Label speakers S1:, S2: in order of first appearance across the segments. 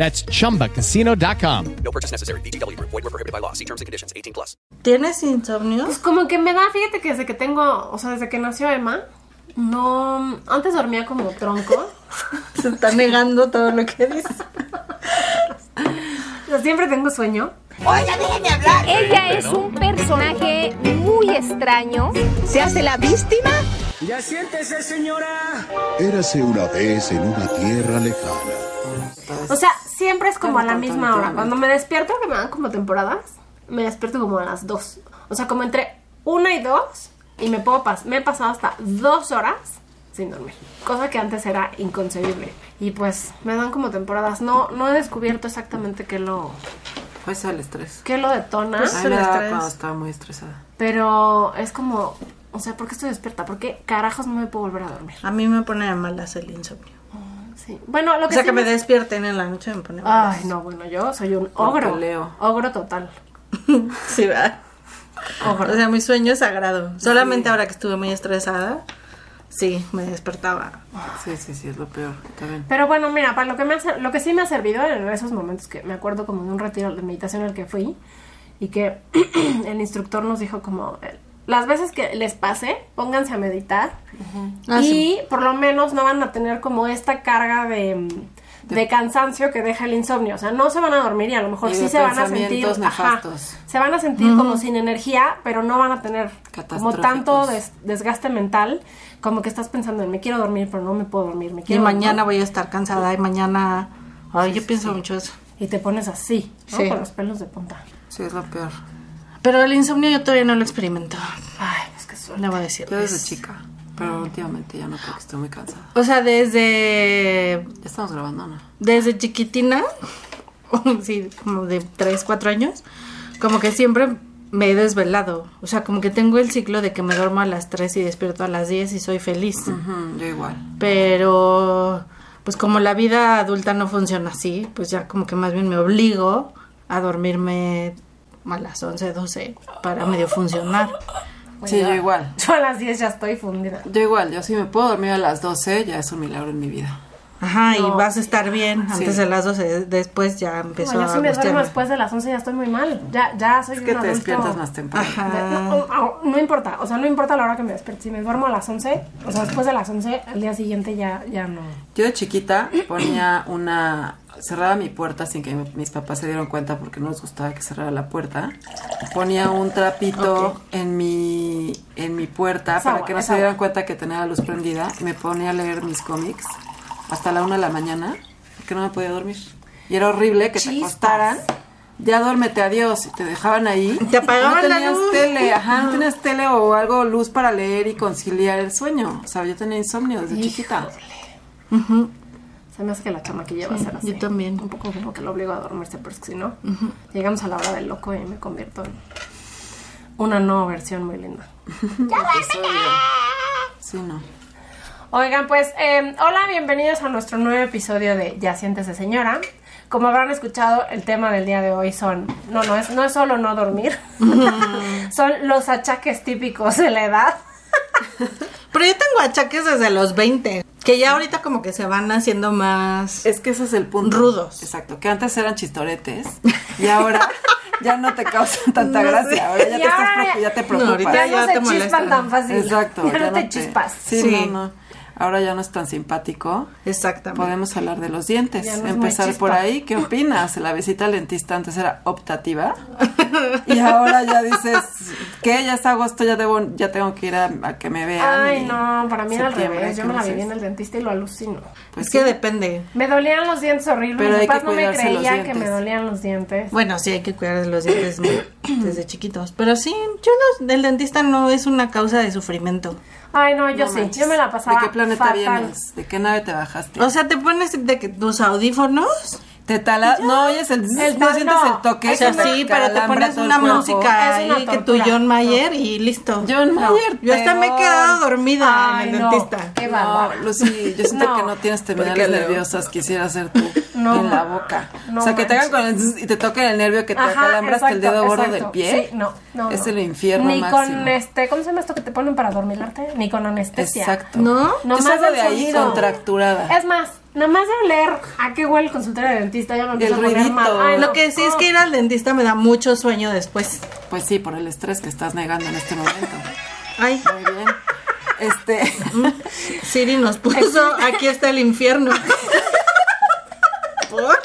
S1: That's chumbacasino.com.
S2: No purchase necessary. BGW. Void were prohibited by law. See terms and conditions. 18 plus.
S3: ¿Tienes insomnio?
S4: Pues como que me da, fíjate que desde que tengo, o sea, desde que nació Emma, no, antes dormía como tronco.
S3: Se está negando todo lo que dice.
S4: Yo siempre tengo sueño.
S5: Ella es un personaje muy extraño.
S6: ¿Se hace la víctima?
S7: Ya siéntese, señora.
S8: Érase una vez en una tierra lejana.
S4: O sea, siempre es como a la misma hora. Cuando me despierto, que me dan como temporadas, me despierto como a las 2. O sea, como entre 1 y 2 y me puedo pas me he pasado hasta 2 horas sin dormir. Cosa que antes era inconcebible. Y pues me dan como temporadas. No no he descubierto exactamente qué lo
S9: Pues al estrés.
S4: qué lo detona,
S9: A
S3: Pues-
S9: mí me
S3: el
S9: daba
S3: estrés.
S9: cuando estaba muy estresada.
S4: pero es como, o sea, ¿por qué estoy despierta? ¿Por qué carajos no me puedo volver a dormir?
S3: A mí me pone de malas el insomnio.
S4: Sí. Bueno, lo
S3: O
S4: que
S3: sea,
S4: sí
S3: que me
S4: me-
S3: despierten en la noche me pone malas.
S4: Ay, no, bueno, yo soy un ogro.
S9: leo.
S4: Ogro total.
S3: Sí, ¿verdad?
S4: Ogro.
S3: O sea, mi sueño es sagrado. Solamente ahora que estuve muy estresada, sí, me despertaba.
S9: Sí, sí, sí, es lo peor. Está bien.
S4: Pero bueno, mira, para lo que, me ha ser- lo que sí me ha servido en esos momentos que me acuerdo como de un retiro de meditación al que fui y que el instructor nos dijo como, eh, las veces que les pase, pónganse a meditar
S3: Ah,
S4: y
S3: sí.
S4: por lo menos no van a tener como esta carga de, mm, de cansancio que deja el insomnio. O sea, no se van a dormir y a lo mejor
S9: Y
S4: sí
S9: de
S4: se van a sentir...
S9: pensamientos
S4: Ajá,
S9: nefastos.
S4: se van a sentir como sin energía, pero no van a tener como
S9: Catastróficos.
S4: tanto des- desgaste mental como que estás pensando en me quiero dormir, pero no me puedo dormir. Me
S3: Y
S4: quiero dormir".
S3: mañana voy a estar cansada y mañana... Ay, yo pienso mucho eso.
S4: y te pones así, ¿no?
S3: Sí.
S4: Con los pelos de punta.
S9: Sí, es lo peor.
S3: Pero el insomnio yo todavía no lo experimento.
S4: Ay, pues qué suerte.
S3: Le voy a decir.
S9: Yo desde chica. Pero últimamente ya no porque estoy muy cansada.
S3: O sea, desde
S9: Ya estamos grabando, ¿no?
S3: desde chiquitina, sí, como de 3, 4 años, como que siempre me he desvelado. O sea, como que tengo el ciclo de que me duermo a las 3 y despierto a las 10 y soy feliz.
S9: Ujú, yo igual.
S3: Pero, pues como la vida adulta no funciona así, pues ya como que más bien me obligo a dormirme a las 11, 12 para medio funcionar.
S9: Sí, yo igual.
S4: Yo a las 10 ya estoy fundida.
S9: Yo igual. Yo sí me puedo dormir a las 12, ya es un milagro en mi vida.
S3: Ajá, y
S4: No,
S3: vas a estar bien
S9: sí.
S3: antes de las 12, después ya empezó
S4: No, yo
S3: a
S4: sí me duermo
S3: angustiarme.
S4: después de las 11 ya estoy muy mal. Ya, ya soy
S9: Es
S4: un
S9: que te
S4: adulto.
S9: despiertas más temprano.
S3: Ajá.
S4: No, no, no importa, o sea, no importa la hora que me despierte. Si me duermo a las 11, o sea, después de las 11, al día siguiente ya, ya no.
S9: Yo de chiquita ponía una... Cerraba mi puerta sin que mi- mis papás se dieron cuenta porque no les gustaba que cerrara la puerta. Ponía un trapito en mi en mi puerta
S4: Es
S9: para
S4: agua,
S9: que no
S4: es
S9: se dieran
S4: agua.
S9: cuenta que tenía la luz prendida. Me ponía a leer mis cómics hasta la una de la mañana porque no me podía dormir. Y era horrible que te
S4: Chispas.
S9: acostaran. Ya duérmete, adiós. Y te dejaban ahí.
S3: Te apagaban
S9: no
S3: la
S9: tenías
S3: luz.
S9: tele, ajá, no tenías tele o algo, luz para leer y conciliar el sueño. O sea, yo tenía insomnio desde chiquita.
S4: Se me hace que la chama que lleva a ser así.
S3: yo también.
S4: Un poco como que lo obligo a dormirse, pero es que si no, llegamos a la hora del loco y me convierto en una nueva versión muy linda.
S9: Sí, no.
S4: Oigan, pues, eh, hola, bienvenidos a nuestro nuevo episodio de Ya siéntese señora. Como habrán escuchado, el tema del día de hoy son, no, no es, no es solo no dormir, son los achaques típicos de la edad.
S3: Pero yo tengo achaques desde los 20, que ya ahorita como que se van haciendo más...
S9: Es que ese es el punto.
S3: Rudos.
S9: Exacto, que antes eran chistoretes y ahora ya no te causan tanta gracia. Ahora ya
S4: Y
S9: te, estás
S4: ahora-
S9: preocu- ya te
S4: No,
S9: preocupas.
S3: ahorita
S4: Ya,
S3: ya
S4: no
S3: te
S4: se
S3: molesta.
S4: chispan tan fácil.
S9: Exacto.
S4: Ya no te chispas.
S9: Sí,
S3: Sí.
S9: no, no. Ahora ya no es tan simpático.
S3: Exactamente.
S9: Podemos hablar de los dientes.
S4: Ya no es muy
S9: Empezar
S4: chispa.
S9: por ahí. ¿Qué opinas? La visita al dentista antes era optativa. Y ahora ya dices, ¿qué? Ya es agosto, ya, debo, ya tengo que ir a, a que me vean.
S4: Ay,
S9: y
S4: no, para mí era al
S9: septiembre,
S4: revés. Yo
S9: ¿qué
S4: me la
S9: más
S4: viví
S9: es?
S4: en el dentista y lo alucino.
S9: Pues
S3: es que
S9: sí.
S3: depende.
S4: Me dolían los dientes horrible.
S9: Pero
S4: Mis
S9: hay que
S4: papás no me
S9: cuidarse los
S4: creían que me
S9: dientes.
S4: dolían los dientes.
S3: Bueno, sí, hay que cuidar de los dientes muy- desde chiquitos. Pero sí, yo no, del dentista no es una causa de sufrimiento.
S4: Ay, no, yo
S9: No
S4: sí.
S9: manches.
S4: Yo me la pasaba
S9: ¿De qué planeta
S4: fatal.
S9: vienes? ¿De qué nave te bajaste?
S3: O sea, te pones de que tus audífonos.
S9: te tala... No oyes el...
S4: El
S9: no
S4: tal-
S9: sientes
S4: no.
S9: el toque.
S3: O sea,
S9: que te
S3: sí, pero te
S9: calambra
S3: pones
S9: todo el
S3: una
S9: cuerpo?
S3: música
S4: Es una
S3: ahí que tu
S4: tortura.
S3: John Mayer y listo.
S9: John Mayer.
S3: Yo hasta me he
S9: peor.
S3: quedado dormida
S4: Ay,
S3: en el
S4: no.
S3: dentista.
S4: Qué
S9: No,
S4: bárbara.
S9: Lucy, yo siento
S4: No.
S9: que no tienes terminales
S3: Porque luego-
S9: nerviosas, quisiera hacer tú
S4: No.
S9: en la boca.
S4: No
S9: o sea, que te hagan con el zzz y te toquen el nervio que te acalambraste el
S4: exacto,
S9: dedo gordo
S4: exacto.
S9: del pie.
S4: Sí, no, no, no.
S9: Es el infierno
S4: Ni
S9: máximo.
S4: con este, ¿cómo se llama esto que te ponen para adormilarte? Ni con anestesia. Eh.
S9: Exacto.
S3: ¿No?
S4: No más
S9: yo salgo
S4: el
S9: de ahí
S4: sonido.
S9: contracturada.
S4: Es más, nada más de oler a qué huele el consultorio del dentista, ya me empiezo a poner
S9: ruidito.
S4: mal. Ay, no.
S3: Lo que sí es que ir al dentista me da mucho sueño después.
S9: Pues sí, por el estrés que estás negando en este momento.
S3: Ay,
S9: Muy bien. Este,
S3: Siri nos puso, aquí está el infierno. ¿Por?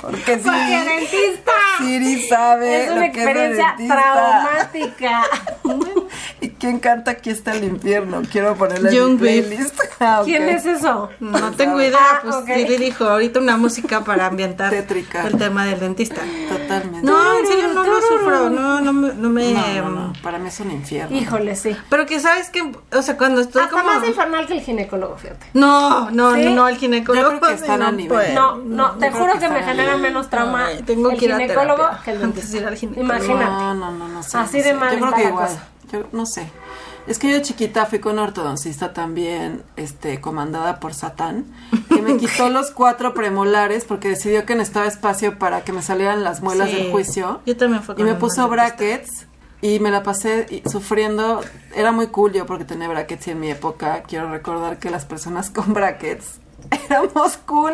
S9: porque sí,
S4: Porque el dentista
S9: Siri sabe
S4: es
S9: lo
S4: una
S9: que es el
S4: experiencia
S9: dentista.
S4: traumática.
S9: ¿Y quién canta aquí está el infierno? Quiero ponerle en mi
S3: Young Beef.
S9: playlist. Ah, ok.
S4: ¿Quién es eso?
S3: No tengo idea,
S4: Ah,
S3: pues
S4: ok.
S3: Siri dijo ahorita una música para ambientar
S9: Tétrica.
S3: el tema del dentista.
S9: Totalmente.
S3: No, en serio no lo sufro, no, no me... no me- em,
S9: No, no, no, para mí es un infierno.
S4: Híjole, sí.
S3: Pero que sabes que, o sea, cuando estoy
S4: Hasta
S3: como...
S4: más infernal que el ginecólogo, fíjate.
S3: No, no,
S4: ¿Sí?
S3: no, el ginecólogo.
S9: Yo creo que están
S3: Eh, no
S9: a nivel.
S3: puede.
S4: No, no, te
S9: creo
S4: juro
S9: que
S4: que, me
S9: están ahí.
S4: genera menos trauma
S3: Ay, tengo
S4: el
S3: que ir a
S4: ginecólogo
S3: terapia
S4: que el
S3: antes de ir
S4: dentista.
S3: al ginecólogo.
S4: Imagínate.
S9: No, no, no, no sé.
S4: Así
S9: no
S4: de
S9: sé.
S4: mal
S9: Yo creo
S4: está
S9: que
S4: la
S9: igual.
S4: cosa.
S9: Yo no sé. Es que yo de chiquita fui con ortodoncista también, este, comandada por Satán, que me quitó los cuatro premolares porque decidió que necesitaba espacio para que me salieran las muelas
S3: Sí.
S9: del juicio.
S3: Yo también fui
S9: Y
S3: con
S9: me
S3: un
S9: puso
S3: ortodoncista.
S9: brackets y me la pasé y- sufriendo. Era muy cool yo porque tenía brackets y en mi época quiero recordar que las personas con brackets éramos cool.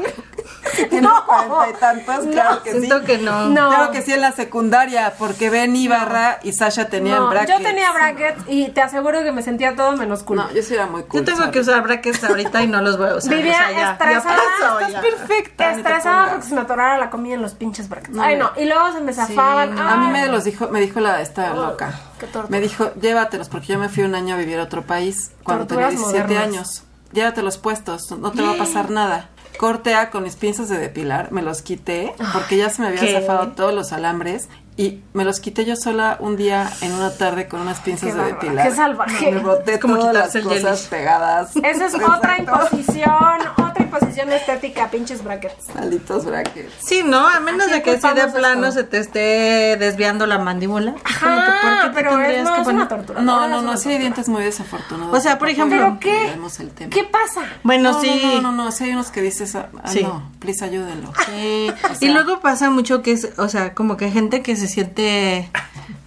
S9: no, cuarenta y tantos, claro que sí.
S3: Siento que no.
S4: No.
S9: Claro que sí, en la secundaria, porque Ben Ibarra y Sasha tenían
S4: No,
S9: brackets.
S4: Yo tenía brackets y te aseguro que me sentía todo menos cool.
S9: No, yo sí era muy cool.
S3: Yo tengo que
S9: ¿sabes?
S3: usar brackets ahorita y no los voy a usar.
S4: Vivía
S3: o sea, ya, ya
S4: estresada. Ah,
S3: pasó,
S4: Estás
S3: ya.
S9: perfecta. ni te
S4: Estresada
S9: pongas.
S4: porque se me atorara la comida en los pinches brackets.
S9: No,
S4: Ay,
S9: no.
S4: no. Y luego se me zafaban.
S9: A mí
S4: Ay,
S9: me los dijo, me dijo la esta loca.
S4: Oh, qué tortura.
S9: Me dijo, llévatelos, porque yo me fui un año a vivir a otro país cuando
S4: Torturas
S9: tenía 17
S4: modernas.
S9: años. Llévatelos puestos, no te va a pasar nada. Corte A con mis pinzas de depilar, me los quité
S4: Ah,
S9: porque ya se me habían
S3: ¿qué?
S9: zafado todos los alambres y me los quité yo sola un día en una tarde con unas pinzas
S4: Qué
S9: de
S4: bárbara,
S9: depilar.
S4: qué salvaje.
S9: Me boté
S3: Como
S9: todas las
S3: quitarse el
S9: cosas
S3: yelis.
S9: pegadas.
S4: Esa es otra imposición. Otra imposición estética, pinches brackets.
S9: Malditos brackets.
S3: Sí, no, a menos
S4: Aquí
S3: de que si de
S4: culpamos
S3: plano
S4: esto.
S3: se te esté desviando la mandíbula. Como que, ¿por qué
S4: Ajá,
S3: te
S4: pero
S3: tendrías
S4: es, no,
S3: que
S4: es
S3: poner-
S4: una tortura.
S9: No,
S4: es
S9: no,
S4: una
S9: no, sí hay
S4: tortura.
S9: dientes muy desafortunados.
S3: O sea, por ejemplo-
S4: ¿Pero qué?
S9: Volvemos al tema.
S4: ¿Qué pasa?
S3: Bueno,
S9: no,
S3: sí.
S9: No, no, no, no, si hay unos que dices, ah, ah,
S3: Sí.
S9: no, please ayúdenlo.
S3: Sí.
S9: O sea-
S3: Eh, y luego pasa mucho que es, o sea, como que hay gente que se siente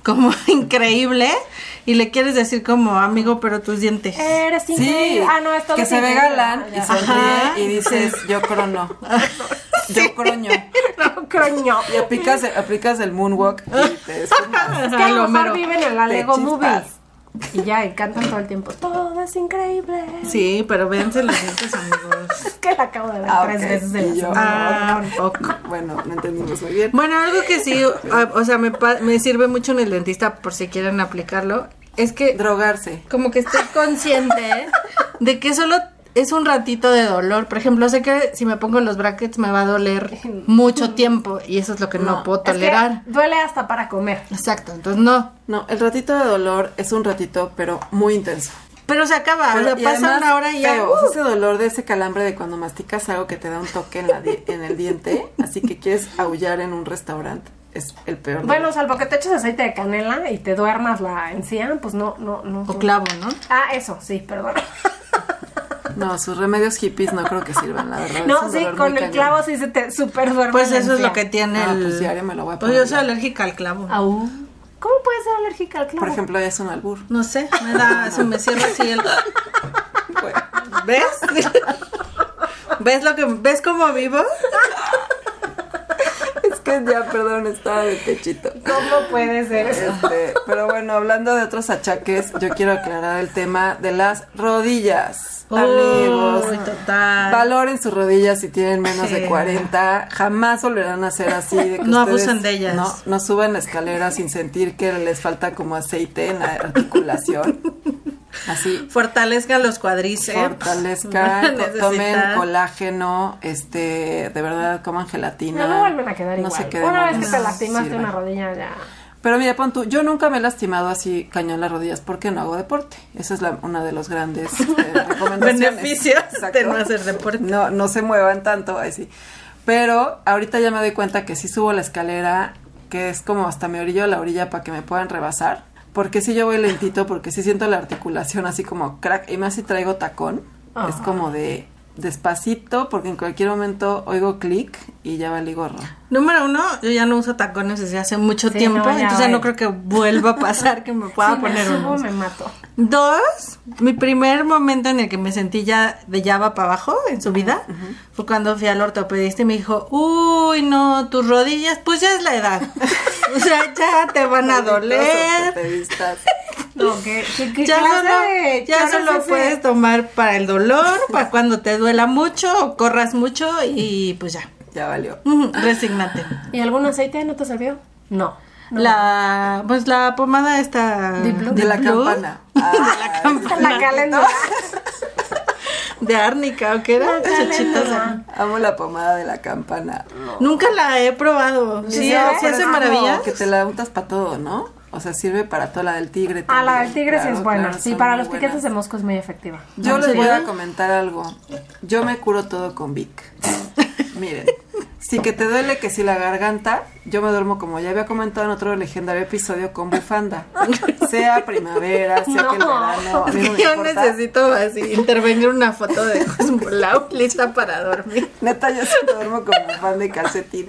S3: como increíble y le quieres decir como, amigo, pero tus dientes.
S4: Eres
S9: Sí,
S4: increíble. Ah, no, es todo
S9: que se ve
S4: increíble.
S9: galán y
S4: Ya.
S9: sonríe
S3: Ajá.
S9: y dices, yo crono. Yo croño.
S4: No, coño.
S9: Y aplicas, aplicas el moonwalk y te esfumas.
S4: Es que a lo mejor
S3: Homero.
S4: viven en la
S9: Te
S4: Lego Movie.
S9: chispas.
S4: Y ya, y cantan todo el tiempo. Todo es increíble.
S3: Sí, pero véanse los dientes, amigos.
S4: Es que la acabo de ver
S9: Ah,
S4: tres
S9: ok.
S4: veces de
S9: Y
S4: la
S9: yo,
S4: semana.
S3: Ah, ok.
S9: "Oh, Bueno, no entendimos muy bien.
S3: Bueno, algo que sí, a- o sea, me, pa- me sirve mucho en el dentista por si quieren aplicarlo, es que
S9: Drogarse.
S3: como que estés consciente de que solo es un ratito de dolor. Por ejemplo, sé que si me pongo los brackets me va a doler mucho tiempo y eso es lo que no,
S9: No,
S3: puedo
S4: Es que
S3: tolerar.
S4: duele hasta para comer.
S3: Exacto, entonces no.
S9: No, el ratito de dolor es un ratito, pero muy intenso.
S3: Pero se acaba, o
S9: Pero-
S3: sea,
S9: y
S3: pasa
S9: además,
S3: una hora y ya.
S9: feo, o
S3: ¡uh!
S9: sea, ese dolor de ese calambre de cuando masticas algo que te da un toque en, la di- en el diente, así que quieres aullar en un restaurante. Es el peor. dolor.
S4: Bueno, salvo que te eches aceite de canela y te duermas la encía, pues no, no, no.
S3: o uh, clavo, ¿no?
S4: Ah, eso, sí, perdón.
S9: No, sus remedios hippies no creo que sirvan, la verdad. es
S4: No,
S9: un
S4: sí,
S9: dolor
S4: con
S9: muy
S4: el
S9: cañón.
S4: clavo sí se te super duerme.
S3: Pues
S4: la
S3: eso es
S4: encía.
S3: lo que tiene
S9: Ah,
S3: el...
S9: pues diario me lo voy a
S3: Pues
S9: poner
S3: yo soy
S9: ya.
S3: alérgica al clavo.
S4: Au. ¿Cómo puede ser alérgica al clavo?
S9: Por ejemplo, es un albur.
S3: No sé, me da, se me cierra así el. ¿Ves? ¿Ves lo que ves cómo vivo?
S9: Es que ya, perdón, estaba de techito.
S4: ¿Cómo puede ser eso?
S9: Este, pero bueno, hablando de otros achaques, yo quiero aclarar el tema de las rodillas.
S3: Oh.
S9: amigos,
S3: Uy, total.
S9: valoren sus rodillas si tienen menos
S3: Ah. Sí.
S9: de 40. Jamás volverán a ser así. de que
S3: No
S9: ustedes
S3: abusen de ellas.
S9: No, no suben la escalera sin sentir que les falta como aceite en la articulación. Así,
S3: Fortalezca los cuadriceps. Pues, ¿eh?
S9: fortalezcan,
S3: Van a
S9: to- tomen
S3: necesitar.
S9: colágeno, este, de verdad, coman gelatina.
S4: No, no vuelven a quedar
S9: No
S4: igual.
S9: se queden
S4: Una vez
S9: en
S4: que
S9: eso,
S4: te lastimaste
S9: sirvan.
S4: una rodilla ya.
S9: Pero mira, pon tú, yo nunca me he lastimado así cañón las rodillas porque no hago deporte. Esa es la, una de los grandes este, recomendaciones.
S3: Beneficios
S9: Exacto.
S3: de no hacer deporte.
S9: No, no se muevan tanto, ahí sí. Pero ahorita ya me doy cuenta que si subo la escalera, que es como hasta me orillo a la orilla para que me puedan rebasar. Porque si yo voy lentito, porque si siento la articulación así como crack, y más si traigo tacón, es como de despacito, porque en cualquier momento oigo clic y ya valí gorro.
S3: Número uno, yo ya no uso tacones desde hace mucho
S4: Sí,
S3: tiempo,
S4: no, ya,
S3: entonces no
S4: oye.
S3: creo que vuelva a pasar que me pueda
S4: si
S3: poner
S4: me subo,
S3: unos.
S4: me mato.
S3: Dos, mi primer momento en el que me sentí ya de Java para abajo en su vida fue cuando fui al ortopedista y me dijo, uy, no, tus rodillas, pues ya es la edad. o sea, ya te van a doler.
S9: Ortopedistas.
S4: No, ¿qué, qué, qué
S3: Ya
S4: clase
S3: solo,
S4: de
S3: ya
S4: choro es
S3: solo
S4: ese?
S3: puedes tomar para el dolor, para cuando te duela mucho o corras mucho y pues ya.
S9: Ya valió.
S3: Ujú, Resignate.
S4: ¿Y algún aceite no te sirvió? No. no.
S3: La, pues la pomada está
S4: Deep Blue.
S9: De la
S3: Deep Blue.
S9: campana.
S3: de la campana.
S4: La caléndula.
S3: De árnica, ¿o qué era? Chochitas de-
S9: Amo la pomada de la campana.
S4: Ah,
S3: Nunca la he probado. Sí,
S9: No,
S3: sí
S9: pero
S3: hace
S9: es
S3: maravillas.
S9: como ¿eh? Que te la untas para todo, ¿no? O sea, sirve para toda la del tigre.
S4: Ah, la
S9: también,
S4: del tigre sí
S9: claro,
S4: es buena.
S9: claro,
S4: sí,
S9: son
S4: para
S9: muy
S4: los piquetes
S9: buenas.
S4: de mosco es muy efectiva.
S9: Yo
S3: ¿En
S9: les voy
S3: serio?
S9: a comentar algo. Yo me curo todo con Vic. Miren, si que te duele que si la garganta, yo me duermo como ya había comentado en otro legendario episodio con bufanda. Sea primavera, sea que el
S4: No.
S9: verano. a mí no me
S3: Yo
S9: importa.
S3: necesito así intervenir una foto de Cosmolau lista para dormir.
S9: Neta, yo sí duermo con un fan de calcetín.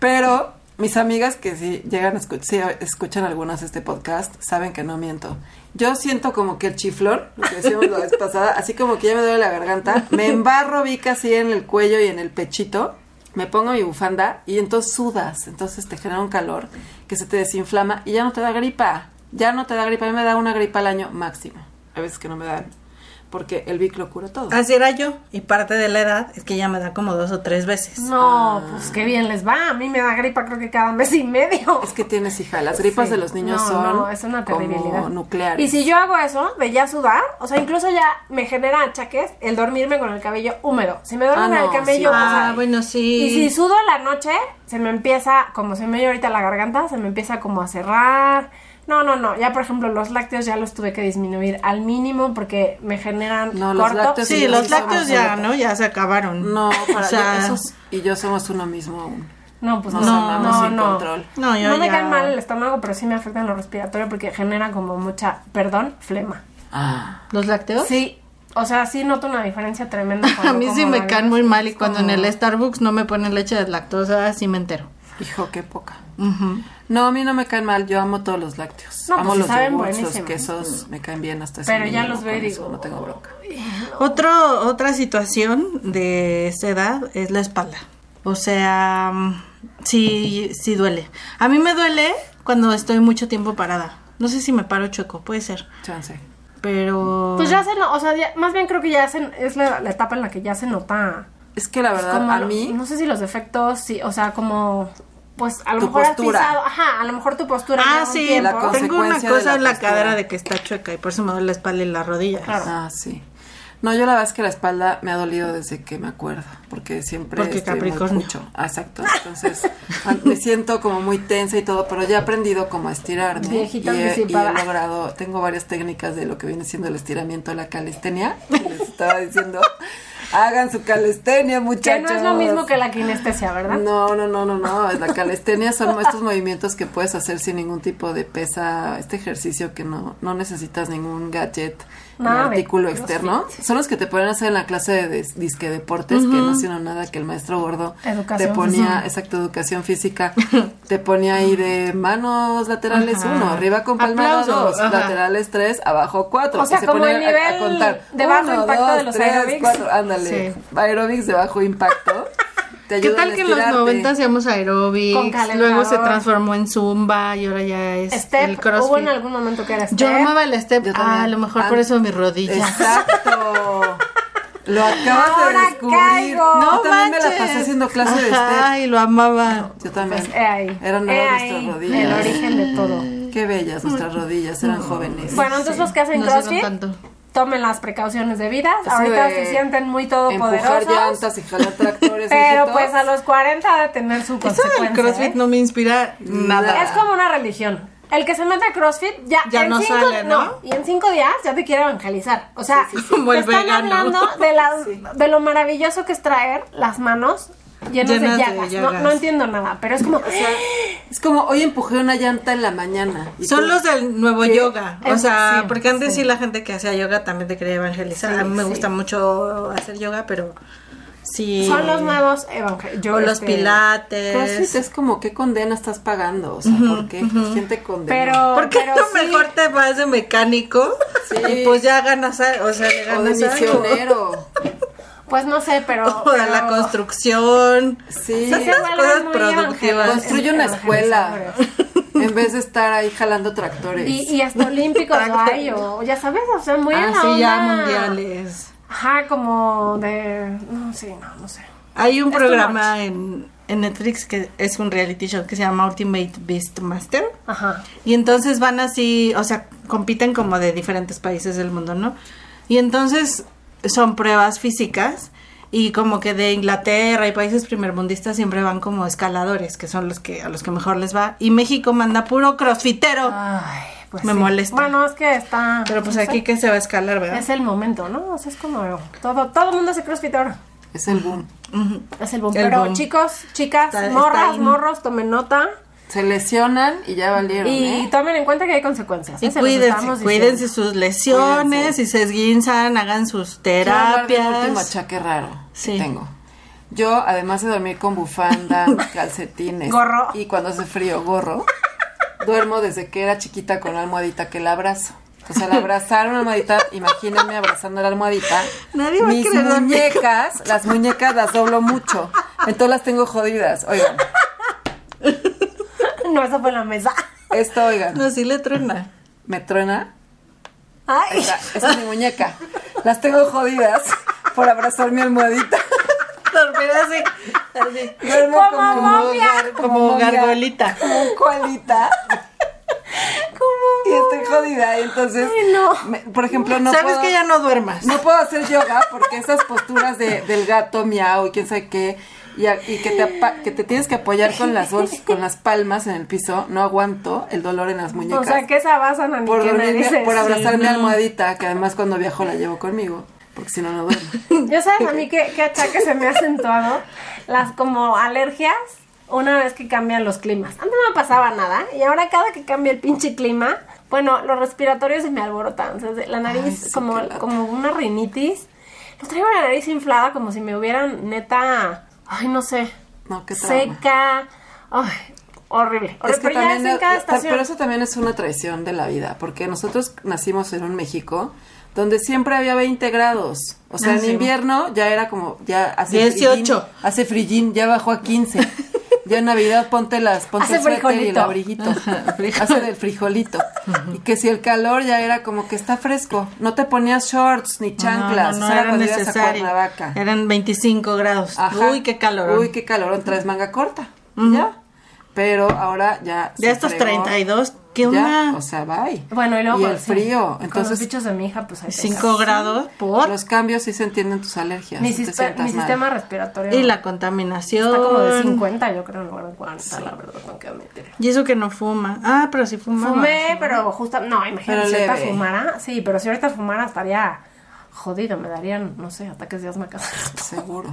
S9: Pero mis amigas que sí llegan a escuchar, escuchan algunas este podcast, saben que no miento. Yo siento como que el chiflón, lo que decíamos la vez pasada, así como que ya me duele la garganta, me embarro Vic así en el cuello y en el pechito, me pongo mi bufanda y entonces sudas, entonces te genera un calor que se te desinflama y ya no te da gripa, ya no te da gripa, a mí me da una gripa al año máximo, a veces que no me dan, porque el Vic lo cura todo.
S3: Así era yo. Y parte de la edad es que ya me da como dos o tres veces.
S4: No, pues qué bien les va. A mí me da gripa creo que cada mes y medio.
S9: Es que tienes hija, las gripas de los niños
S4: no,
S9: son
S4: no, es una terribilidad.
S9: como nucleares.
S4: Y si yo hago eso, de ya sudar, o sea, incluso ya me genera achaques el dormirme con el cabello húmedo. Si me duermo
S9: Ah,
S4: con
S9: no,
S4: el cabello,
S9: sí.
S4: o sea,
S3: Ah, bueno, sí.
S4: y si sudo en la noche, se me empieza, como se me oye ahorita la garganta, se me empieza como a cerrar. No, no, no. Ya, por ejemplo, los lácteos ya los tuve que disminuir al mínimo porque me generan
S9: No, los
S4: corto.
S9: lácteos
S3: Sí,
S9: Sí,
S3: los
S9: sí,
S3: lácteos
S9: somos
S3: ya,
S9: sobre-
S3: ¿no? Ya se acabaron.
S9: No, para
S3: o sea,
S9: yo- esos y yo somos uno mismo aún.
S4: No, pues no,
S9: Nos
S4: no,
S9: amamos
S4: no,
S9: sin
S4: no.
S9: control.
S3: No, yo
S4: me
S3: ya-
S4: cae mal el estómago, pero sí me afecta en lo respiratorio porque genera como mucha, perdón, flema.
S3: ¿Los lácteos?
S4: Sí, o sea, sí noto una diferencia tremenda.
S3: A
S4: cuando
S3: mí
S4: como
S3: sí me
S4: la
S3: caen
S4: leche.
S3: muy mal y
S4: Es
S3: cuando en
S4: como-
S3: el Starbucks no me ponen leche de lactosa, así me entero.
S9: Hijo, qué poca. No, a mí no me caen mal, yo amo todos los lácteos.
S4: No, pues
S9: amo
S4: sí
S9: los
S4: saben
S9: yogurts, los
S4: buenísimo.
S9: quesos, me caen bien hasta
S4: Pero
S9: eso
S4: ya
S9: me
S4: los
S9: llevo
S4: veo y
S9: con eso,
S4: digo,
S9: No tengo bronca.
S3: Otro, otra situación de esa edad es la espalda. O sea, mm, sí, sí duele. A mí me duele cuando estoy mucho tiempo parada. No sé si me paro chueco, puede ser.
S9: Chance.
S3: Pero...
S4: Pues ya se, no- o sea, ya- más bien creo que ya se- es la, la etapa en la que ya se nota.
S9: Es que la verdad,
S4: como
S9: Ah, a
S4: lo-
S9: mí,
S4: No sé si los defectos, sí, o sea, como. Pues a lo
S9: Tu
S4: mejor
S9: postura.
S4: has pisado. Ajá, a lo mejor tu postura.
S3: Ah,
S4: lleva un
S3: sí,
S4: tiempo.
S9: la cosa-
S3: tengo una
S9: consecuencia de
S3: cosa
S9: la
S3: en la
S9: postura.
S3: cadera de que está chueca y por eso me duele la espalda y las rodillas.
S4: Claro.
S9: Ah, sí. No, yo la verdad es que la espalda me ha dolido desde que me acuerdo, porque siempre
S3: Porque
S9: estoy muy
S3: Capricornio.
S9: cucho. Ah, exacto. Entonces, an- me siento como muy tensa y todo, pero ya he aprendido como a estirarme.
S4: Viejita
S9: y, he, y
S4: anticipada.
S9: he logrado, tengo varias técnicas de lo que viene siendo el estiramiento, la calistenia, que les estaba diciendo. Hagan su calistenia,
S4: Que
S9: muchachos.
S4: no es lo mismo que la kinestesia, ¿verdad?
S3: Mm,
S9: No, no, no, no, no. es La calistenia son estos movimientos que puedes hacer sin ningún tipo de pesa, este ejercicio que no, no necesitas ningún gadget, ni
S4: Nada de
S9: artículo
S4: CrossFit.
S9: externo. Son los que te ponen a hacer en la clase de des- disque deportes, que no hicieron nada, que el maestro gordo
S4: Educación
S9: te ponía,
S4: física.
S9: exacto, educación física, te ponía ahí de manos laterales uno, arriba con palmada
S3: Aplauso,
S9: dos,
S3: ajá.
S9: laterales tres, abajo cuatro.
S4: O sea,
S9: y se
S4: como
S9: ponía
S4: el
S9: a- a
S4: nivel
S9: contar.
S4: de bajo
S9: Uno,
S4: impacto de
S9: dos,
S4: los
S9: tres,
S4: aerobics.
S9: cuatro, ándale.
S3: Sí.
S9: Aerobics de bajo impacto. Te
S3: ¿Qué
S9: ayudan
S3: tal
S9: a
S3: que en los
S9: estirarte.
S3: 90 hacíamos
S4: Con
S3: aerobics,
S4: calentador.
S3: luego se transformó en zumba y ahora ya es el
S4: Step,
S3: crossfit?
S4: hubo en algún momento que era step.
S3: Yo amaba el step,
S9: Yo también.
S3: ah, a lo mejor
S9: Ah,
S3: por eso mis rodillas.
S9: Exacto. Lo acabas
S4: Ahora
S9: de descubrir.
S4: caigo.
S9: Yo
S3: No
S9: también me la
S3: manches.
S9: pasé haciendo clase de
S3: Ajá,
S9: step.
S3: y lo amaba.
S9: Yo también.
S4: Pues, he ahí.
S9: Eran
S4: he
S9: nuevas
S4: ahí
S9: nuestras
S4: El
S9: rodillas.
S4: origen de todo.
S9: Qué bellas nuestras rodillas, eran jóvenes.
S4: Bueno, entonces los que hacen
S3: no hicieron
S4: CrossFit,
S3: tanto.
S4: tomen las precauciones debidas.
S9: Así
S4: Ahorita
S9: de
S4: se sienten muy
S9: Empujar
S4: todopoderosos.
S9: llantas y jalar tractores.
S4: Pero
S9: mijitos.
S4: pues a los 40 ha de tener su
S3: Eso
S4: consecuencia.
S3: del CrossFit
S4: ¿eh?
S3: no me inspira nada.
S4: Es como una religión. El que se mete a CrossFit ya,
S3: Ya no sale, ¿no?
S4: Y en cinco días ya te quiere evangelizar. O sea,
S3: Como el
S4: están
S3: vegano.
S4: hablando de, la- de lo maravilloso que es traer las manos llenas,
S3: Llenas de
S4: de llagas. No- No,
S3: llagas.
S4: entiendo nada, pero es como...
S9: Es como hoy empujé una llanta en la mañana. y tú-
S3: Son los del nuevo
S9: ¿Qué?
S3: yoga, o
S4: Es-
S3: sea,
S4: sí,
S3: porque antes
S4: sí.
S3: sí. la gente que hacía yoga también te quería evangelizar.
S4: Sí,
S3: a mí me
S4: sí.
S3: gusta mucho hacer yoga, pero sí.
S4: Son los nuevos este, evangelios.
S3: O los pilates.
S9: CrossFit es como qué condena estás pagando, o sea, ¿por qué? ¿Quién te condena?
S4: Pero,
S3: ¿Por qué
S4: pero
S3: no
S4: sí,
S3: mejor te vas de mecánico?
S9: Sí.
S3: Y pues ya ganas, a- o sea, le
S9: o de
S3: ganas algo.
S9: misionero.
S4: Pues no sé, pero...
S3: O de la
S4: pero-
S3: construcción.
S9: Sí.
S3: O sea,
S9: Se
S3: esas
S4: vuelven
S3: cosas
S4: muy
S3: productivas.
S4: evangélicos.
S9: Construye una escuela
S4: evangelizadores.
S9: en vez de estar ahí jalando tractores.
S4: Y, y hasta olímpicos hay, o ya sabes, o sea, muy en la
S3: Así Ah, ya
S4: onda.
S3: mundiales.
S4: Ajá, como de... No sé, no, no sé.
S3: Hay un
S4: Es too
S3: programa en, en Netflix que es un reality show que se llama Ultimate Beastmaster.
S4: Ajá.
S3: Y entonces van así, o sea, compiten como de diferentes países del mundo, ¿no? Y entonces son pruebas físicas y como que de Inglaterra y países primermundistas siempre van como escaladores, que son los que a los que mejor les va. Y México manda puro crossfitero.
S4: Ay, pues
S3: Me
S4: sí.
S3: molesta.
S4: Bueno, es que está...
S3: Pero pues
S4: no sé,
S3: aquí que se va a escalar, ¿verdad?
S4: Es el momento, ¿no? O sea, es como... Todo todo el mundo hace crossfit ahora.
S9: Es el boom.
S4: Es el boom.
S3: El
S4: Pero
S3: boom.
S4: chicos, chicas,
S3: Está- está
S4: morras,
S3: in.
S4: morros, tomen nota.
S9: Se lesionan y ya valieron,
S4: Y
S9: ¿eh?
S4: tomen en cuenta que hay consecuencias.
S3: Y
S4: ¿eh? Se los
S3: cuídense,
S4: estamos diciendo.
S3: cuídense sus lesiones,
S9: Cuídense.
S3: si se esguinzan, hagan sus
S9: Quiero hablar de un último
S3: terapias.
S9: achaque raro
S3: Sí.
S9: que tengo. Yo, además de dormir con bufanda, calcetines
S4: Gorro.
S9: y cuando hace frío, gorro, duermo desde que era chiquita con la almohadita que la abrazo. O sea, al abrazar una almohadita, imagínense abrazando la almohadita.
S3: Nadie va a
S9: mis
S3: querer dormir
S9: muñecas, las muñecas las doblo mucho. Entonces las tengo jodidas. Oigan,
S4: No, eso fue en la mesa.
S9: esto, oigan,
S3: No, sí le truena.
S9: me truena. Ahí
S4: Ay.
S9: está, esa es mi muñeca. Las tengo jodidas por abrazar mi almohadita.
S3: Dormir así, así.
S9: Duermo
S4: Como
S9: como,
S4: momia.
S9: gar-
S3: Como
S9: momia,
S3: gargolita.
S9: Como un koalita.
S4: ¿Cómo?
S9: Y estoy jodida. Y entonces,
S4: Ay, no.
S9: me- por ejemplo, no
S3: Sabes
S9: puedo,
S3: que ya no duermas.
S9: no puedo hacer yoga porque esas posturas de, del gato miau y quién sabe qué. Y, a- y que, te apa- que te tienes que apoyar con las bolsas, con las palmas en el piso. No aguanto el dolor en las muñecas.
S4: O sea, que esa basan a ni
S9: por,
S4: qué
S9: dormirme-
S4: narices.
S9: por abrazar mi almohadita, que además cuando viajo la llevo conmigo, porque si no, no duermo.
S4: Ya sabes, a mí qué, qué achaque se me ha acentuado. Las como alergias una vez que cambian los climas. Antes no me pasaba nada y ahora cada que cambia el pinche clima, bueno, los respiratorios se me alborotan. o sea, de- la nariz
S9: Ay, sí,
S4: como,
S9: qué lata.
S4: como una rinitis. Lo traigo la nariz inflada como si me hubieran neta, ay, no sé,
S9: No, qué trauma.
S4: seca. Ay, horrible.
S9: Es
S4: horrible,
S9: que
S4: pero ya es
S9: también-
S4: en cada
S9: ta-
S4: estación.
S9: pero eso también es una traición de la vida, porque nosotros nacimos en un México donde siempre había 20 grados. O sea,
S3: Ah,
S9: en
S3: sí.
S9: invierno ya era como, ya hace
S3: 18.
S9: frillín, hace frillín, ya bajó a 15. Ya en Navidad ponte las, ponte
S4: Hace
S9: el suéter y el
S4: frijolito.
S9: abriguito. Hace del frijolito. Y que si el calor ya era como que está fresco. No te ponías shorts ni
S3: No, no,
S9: chanclas. o
S3: no
S9: sea,
S3: era
S9: cuando ibas a
S3: necesario.
S9: Cuernavaca.
S3: Eran 25 grados.
S9: Ajá.
S3: Uy, qué calor.
S9: Uy, qué calorón, traes manga corta. Ya. Pero ahora ya. se
S3: Ya estos
S9: fregó.
S3: 32, ¿qué
S9: Ya,
S3: onda?
S9: o sea, bye.
S4: bueno, y luego con-
S9: el
S4: sí,
S9: frío.
S4: con los
S9: Entonces,
S4: bichos de mi hija, pues ahí te
S3: 5 grados.
S4: ¿Por?
S9: los cambios sí se entienden tus alergias.
S4: Mi,
S9: no te
S4: siste-
S9: sientas
S4: mi
S9: mal.
S4: sistema respiratorio
S3: Y la contaminación.
S4: está como de 50, yo creo, en lugar de 40, la verdad, tengo que admitir.
S3: Y eso que no fuma. Ah, pero si fuma.
S4: Fumé, pero justo, no, imagínate,
S9: Pero
S4: si ahorita
S9: leve.
S4: fumara, sí, pero si ahorita fumara estaría jodido, me darían, no sé, ataques de asma cada rato.
S9: Seguro.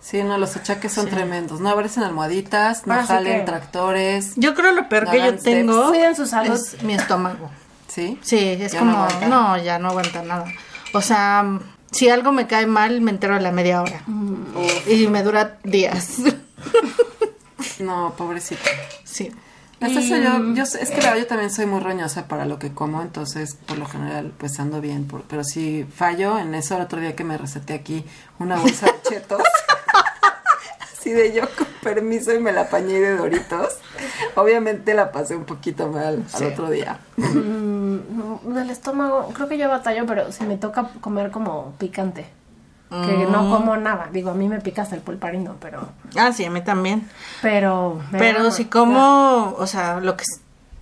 S9: Sí, no, los achaques son tremendos. No abrecen almohaditas, no
S4: Ahora sí
S9: jalen
S4: que-
S9: tractores.
S3: Yo creo lo peor que
S9: Hagan
S3: yo tengo
S4: steps. Cuiden su salud.
S3: es mi estómago.
S9: ¿Sí?
S3: Sí, es
S9: Ya no
S3: como,
S9: aguantan.
S3: no, ya no aguanta nada. O sea, si algo me cae mal, me entero a la media hora. Mm. Y me dura días.
S9: No, pobrecito.
S3: sí.
S9: Hasta eso
S3: Mm.
S9: yo, yo sé- es que la verdad yo también soy muy roñosa para lo que como, entonces por lo general pues ando bien, por- pero si fallo en eso el otro día que me receté aquí una bolsa de chetos, así de yo con permiso y me la apañé de doritos, obviamente la pasé un poquito mal al otro día.
S4: No, Del estómago, creo que yo batallo, pero si me toca comer como picante. Que
S9: Mm.
S4: no como nada. Digo, a mí me pica hasta el pulparindo, pero.
S3: Ah, sí, a mí también.
S4: Pero. me
S3: Pero
S4: da-
S3: si como, o sea, lo que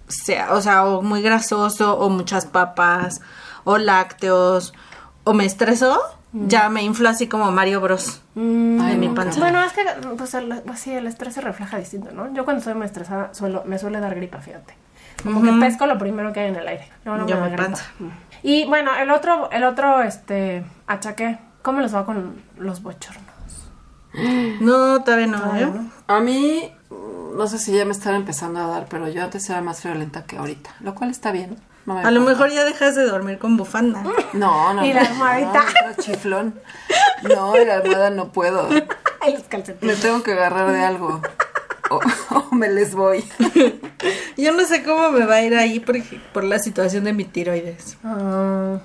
S3: sea, o sea, o muy grasoso, o muchas papas, o lácteos, o me estreso, ya me inflo así como Mario Bros.
S9: Ay,
S3: en mi
S9: no,
S3: panza.
S4: Bueno, es que pues, el, así el estrés se refleja distinto, ¿no? Yo cuando estoy muy estresada suelo, me suele dar gripa, fíjate. Como
S3: Ujú.
S4: que pesco lo primero que hay en el aire. No, no
S3: Yo
S4: me, da
S3: me
S4: gripa.
S3: panza.
S4: Y bueno, el otro, el otro este, achaque, ¿cómo les va con los bochornos?
S3: No, todavía no. ¿eh?
S9: A mí, mm, no sé si ya me están empezando a dar, pero yo antes era más violenta que ahorita, lo cual está bien. no me
S3: A lo
S9: importa.
S3: mejor ya dejas de dormir con bufanda.
S9: No, no.
S4: Y
S9: no,
S4: la almohadita.
S9: no, no, chiflón. No, y la almohada no puedo.
S4: Ay, los
S9: Me
S4: calcetines.
S9: tengo que agarrar de algo. O, o me les voy.
S3: Yo no sé cómo me va a ir ahí porque, por la situación de mi tiroides.
S4: Ah,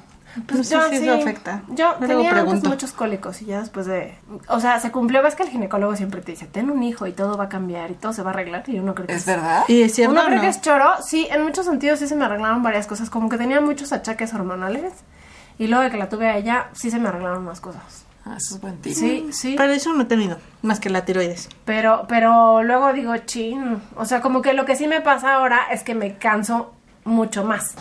S4: pues
S3: No sé
S4: yo
S3: si
S4: sí.
S3: eso afecta.
S4: Yo
S3: Luego
S4: tenía antes
S3: pregunto.
S4: muchos cólicos y ya después de. O sea, se cumplió. Ves que el ginecólogo siempre te dice: ten un hijo y todo va a cambiar y todo se va a arreglar. Y uno cree que
S9: ¿Es verdad?
S3: ¿Y es cierto
S4: Uno
S3: o
S4: cree
S3: no?
S4: que es choro. Sí, en muchos sentidos sí se me arreglaron varias cosas. Como que tenía muchos achaques hormonales. Y luego de que la tuve a ella, sí se me arreglaron más cosas.
S9: Ah, eso es buen tip.
S4: Sí, sí.
S3: Para eso no he tenido, más que la tiroides.
S4: Pero, pero luego digo, chin. O sea, como que lo que sí me pasa ahora es que me canso mucho más.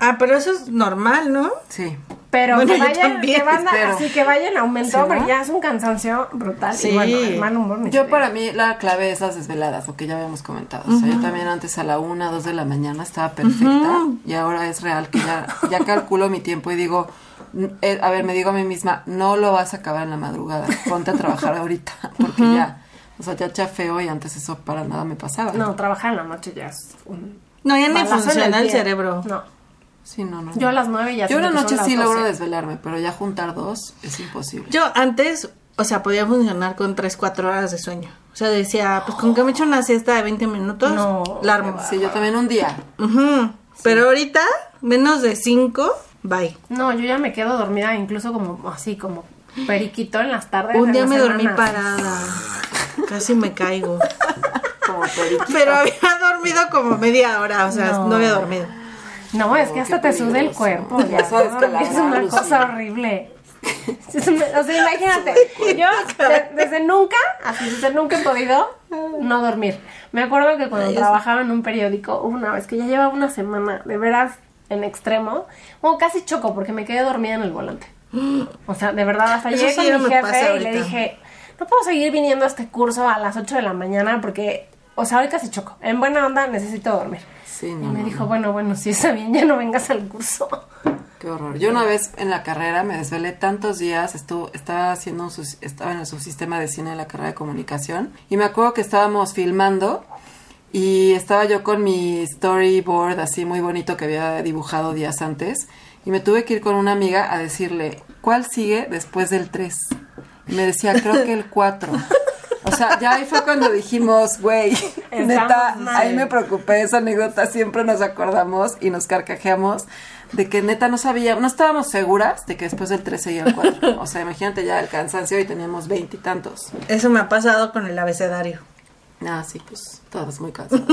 S3: Ah, pero eso es normal, ¿no?
S9: Sí.
S4: Pero
S3: Bueno,
S4: que
S3: yo
S4: vayan,
S3: también,
S4: que van a-
S9: espero.
S4: así que vayan aumentó,
S9: ¿Sí, no?
S4: porque ya es un cansancio brutal.
S3: Sí.
S4: Y bueno, el mal humor me
S9: Yo
S4: sigue.
S9: para mí la clave es las desveladas, lo que ya habíamos comentado. O sea, yo también antes a la una, dos de la mañana estaba perfecta y ahora es real que ya, ya calculo mi tiempo y digo, n- eh, a ver, me digo a mí misma, no lo vas a acabar en la madrugada, ponte a trabajar ahorita, porque ya, o sea, ya chafeo y antes eso para nada me pasaba.
S4: No, trabajar en la noche ya es un.
S3: No, ya ni
S4: balazo en
S3: funciona el
S4: pie.
S3: cerebro.
S4: No.
S9: Sí, no, no.
S4: Yo a las nueve ya
S9: Yo
S4: siento que
S9: una
S4: son
S9: noche
S4: las
S9: sí logro
S4: 12.
S9: desvelarme, pero ya juntar dos es imposible.
S3: Yo antes, o sea, podía funcionar con 3, 4 horas de sueño. O sea, decía, pues con que me echo una siesta de 20 minutos,
S4: No,
S3: la armo.
S9: Sí, yo también un día.
S3: Ujú. Pero ahorita, menos de 5, bye.
S4: No, yo ya me quedo dormida incluso como así, como periquito en las tardes.
S3: Un
S4: en
S3: día
S4: la
S3: me dormí
S4: semana.
S3: parada. Casi me caigo.
S9: Como periquito.
S3: Pero había dormido como media hora, o sea, no,
S4: No.
S3: había dormido.
S4: No, es que hasta
S9: qué
S4: te suda el
S9: peligroso.
S4: cuerpo. Ya,
S9: Ya sabes que la
S4: es una
S9: alucina.
S4: cosa horrible. Es una- o sea, imagínate, yo de- desde nunca, así desde nunca he podido no dormir. Me acuerdo que cuando trabajaba en un periódico, hubo una vez que ya llevaba una semana, de veras, en extremo, bueno, casi choco porque me quedé dormida en el volante. O sea, de verdad, hasta
S3: Eso
S4: llegué
S3: sí ya
S4: con mi
S3: me pasa
S4: jefe y le
S3: ahorita.
S4: dije, no puedo seguir viniendo a este curso a las 8 de la mañana porque, o sea, hoy casi choco. En buena onda necesito dormir.
S9: Sí,
S4: Y
S9: no,
S4: me
S9: no,
S4: dijo, bueno, bueno, si está bien, ya no vengas al curso.
S9: Qué horror. Yo una vez en la carrera me desvelé tantos días, estuvo, estaba, haciendo un sus- estaba en el subsistema de cine de la carrera de comunicación y me acuerdo que estábamos filmando y estaba yo con mi storyboard así muy bonito que había dibujado días antes y me tuve que ir con una amiga a decirle, ¿cuál sigue después del 3? Y me decía, creo que el 4. O sea, ya ahí fue cuando dijimos, güey,
S4: Estamos
S9: neta,
S4: mal.
S9: ahí me preocupé, esa anécdota siempre nos acordamos y nos carcajeamos de que neta no sabía, no estábamos seguras de que después del 3 seguía el 4. O sea, imagínate ya el cansancio y teníamos veintitantos.
S3: Eso me ha pasado con el abecedario.
S9: Ah, sí, pues todos muy cansados.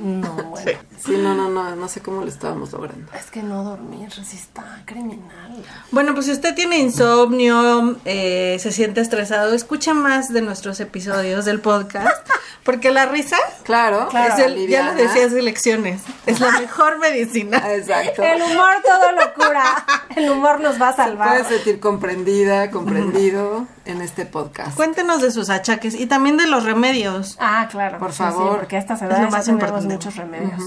S4: No, bueno.
S9: Sí, no, no, no, no sé cómo lo estábamos logrando.
S4: Es que no dormir sí está criminal.
S3: Bueno, pues si usted tiene insomnio, eh, se siente estresado, escucha más de nuestros episodios del podcast, porque la risa
S9: Claro,
S3: es el- ya lo
S9: liviana.
S3: decías de lecciones, es la mejor medicina.
S9: Exacto.
S4: El humor todo locura. El humor nos va a salvar.
S9: Puedes sentir comprendida, comprendido en este podcast.
S3: Cuéntenos de sus achaques y también de los remedios.
S4: Ah, claro.
S9: Por
S4: sí,
S9: favor.
S4: Sí, porque a estas
S3: Es
S4: edades
S3: lo más
S4: ya tenemos
S3: importante.
S4: muchos remedios.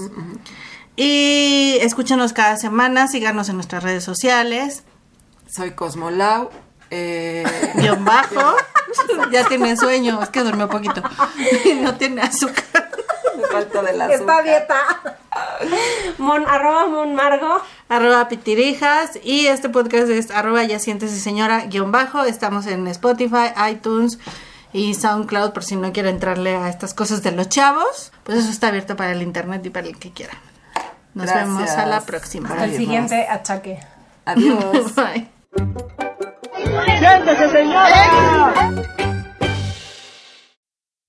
S3: Y escúchenos cada semana, síganos en nuestras redes sociales.
S9: Soy Cosmolau. Eh,
S3: Guión bajo. ya tiene sueño, es que durmió poquito. Y no tiene azúcar.
S9: me falta de la
S4: Está dieta. Mon, arroba Mon Margo.
S3: Arroba Pitirijas. Y este podcast es arroba ya siéntese señora guión bajo. Estamos en Spotify, iTunes y SoundCloud por si no quiere entrarle a estas cosas de los chavos. Pues eso está abierto para el internet y para el que quiera. Nos
S9: Gracias.
S3: vemos a la próxima.
S9: Ay,
S4: Al siguiente achaque.
S9: Adiós.
S3: Bye.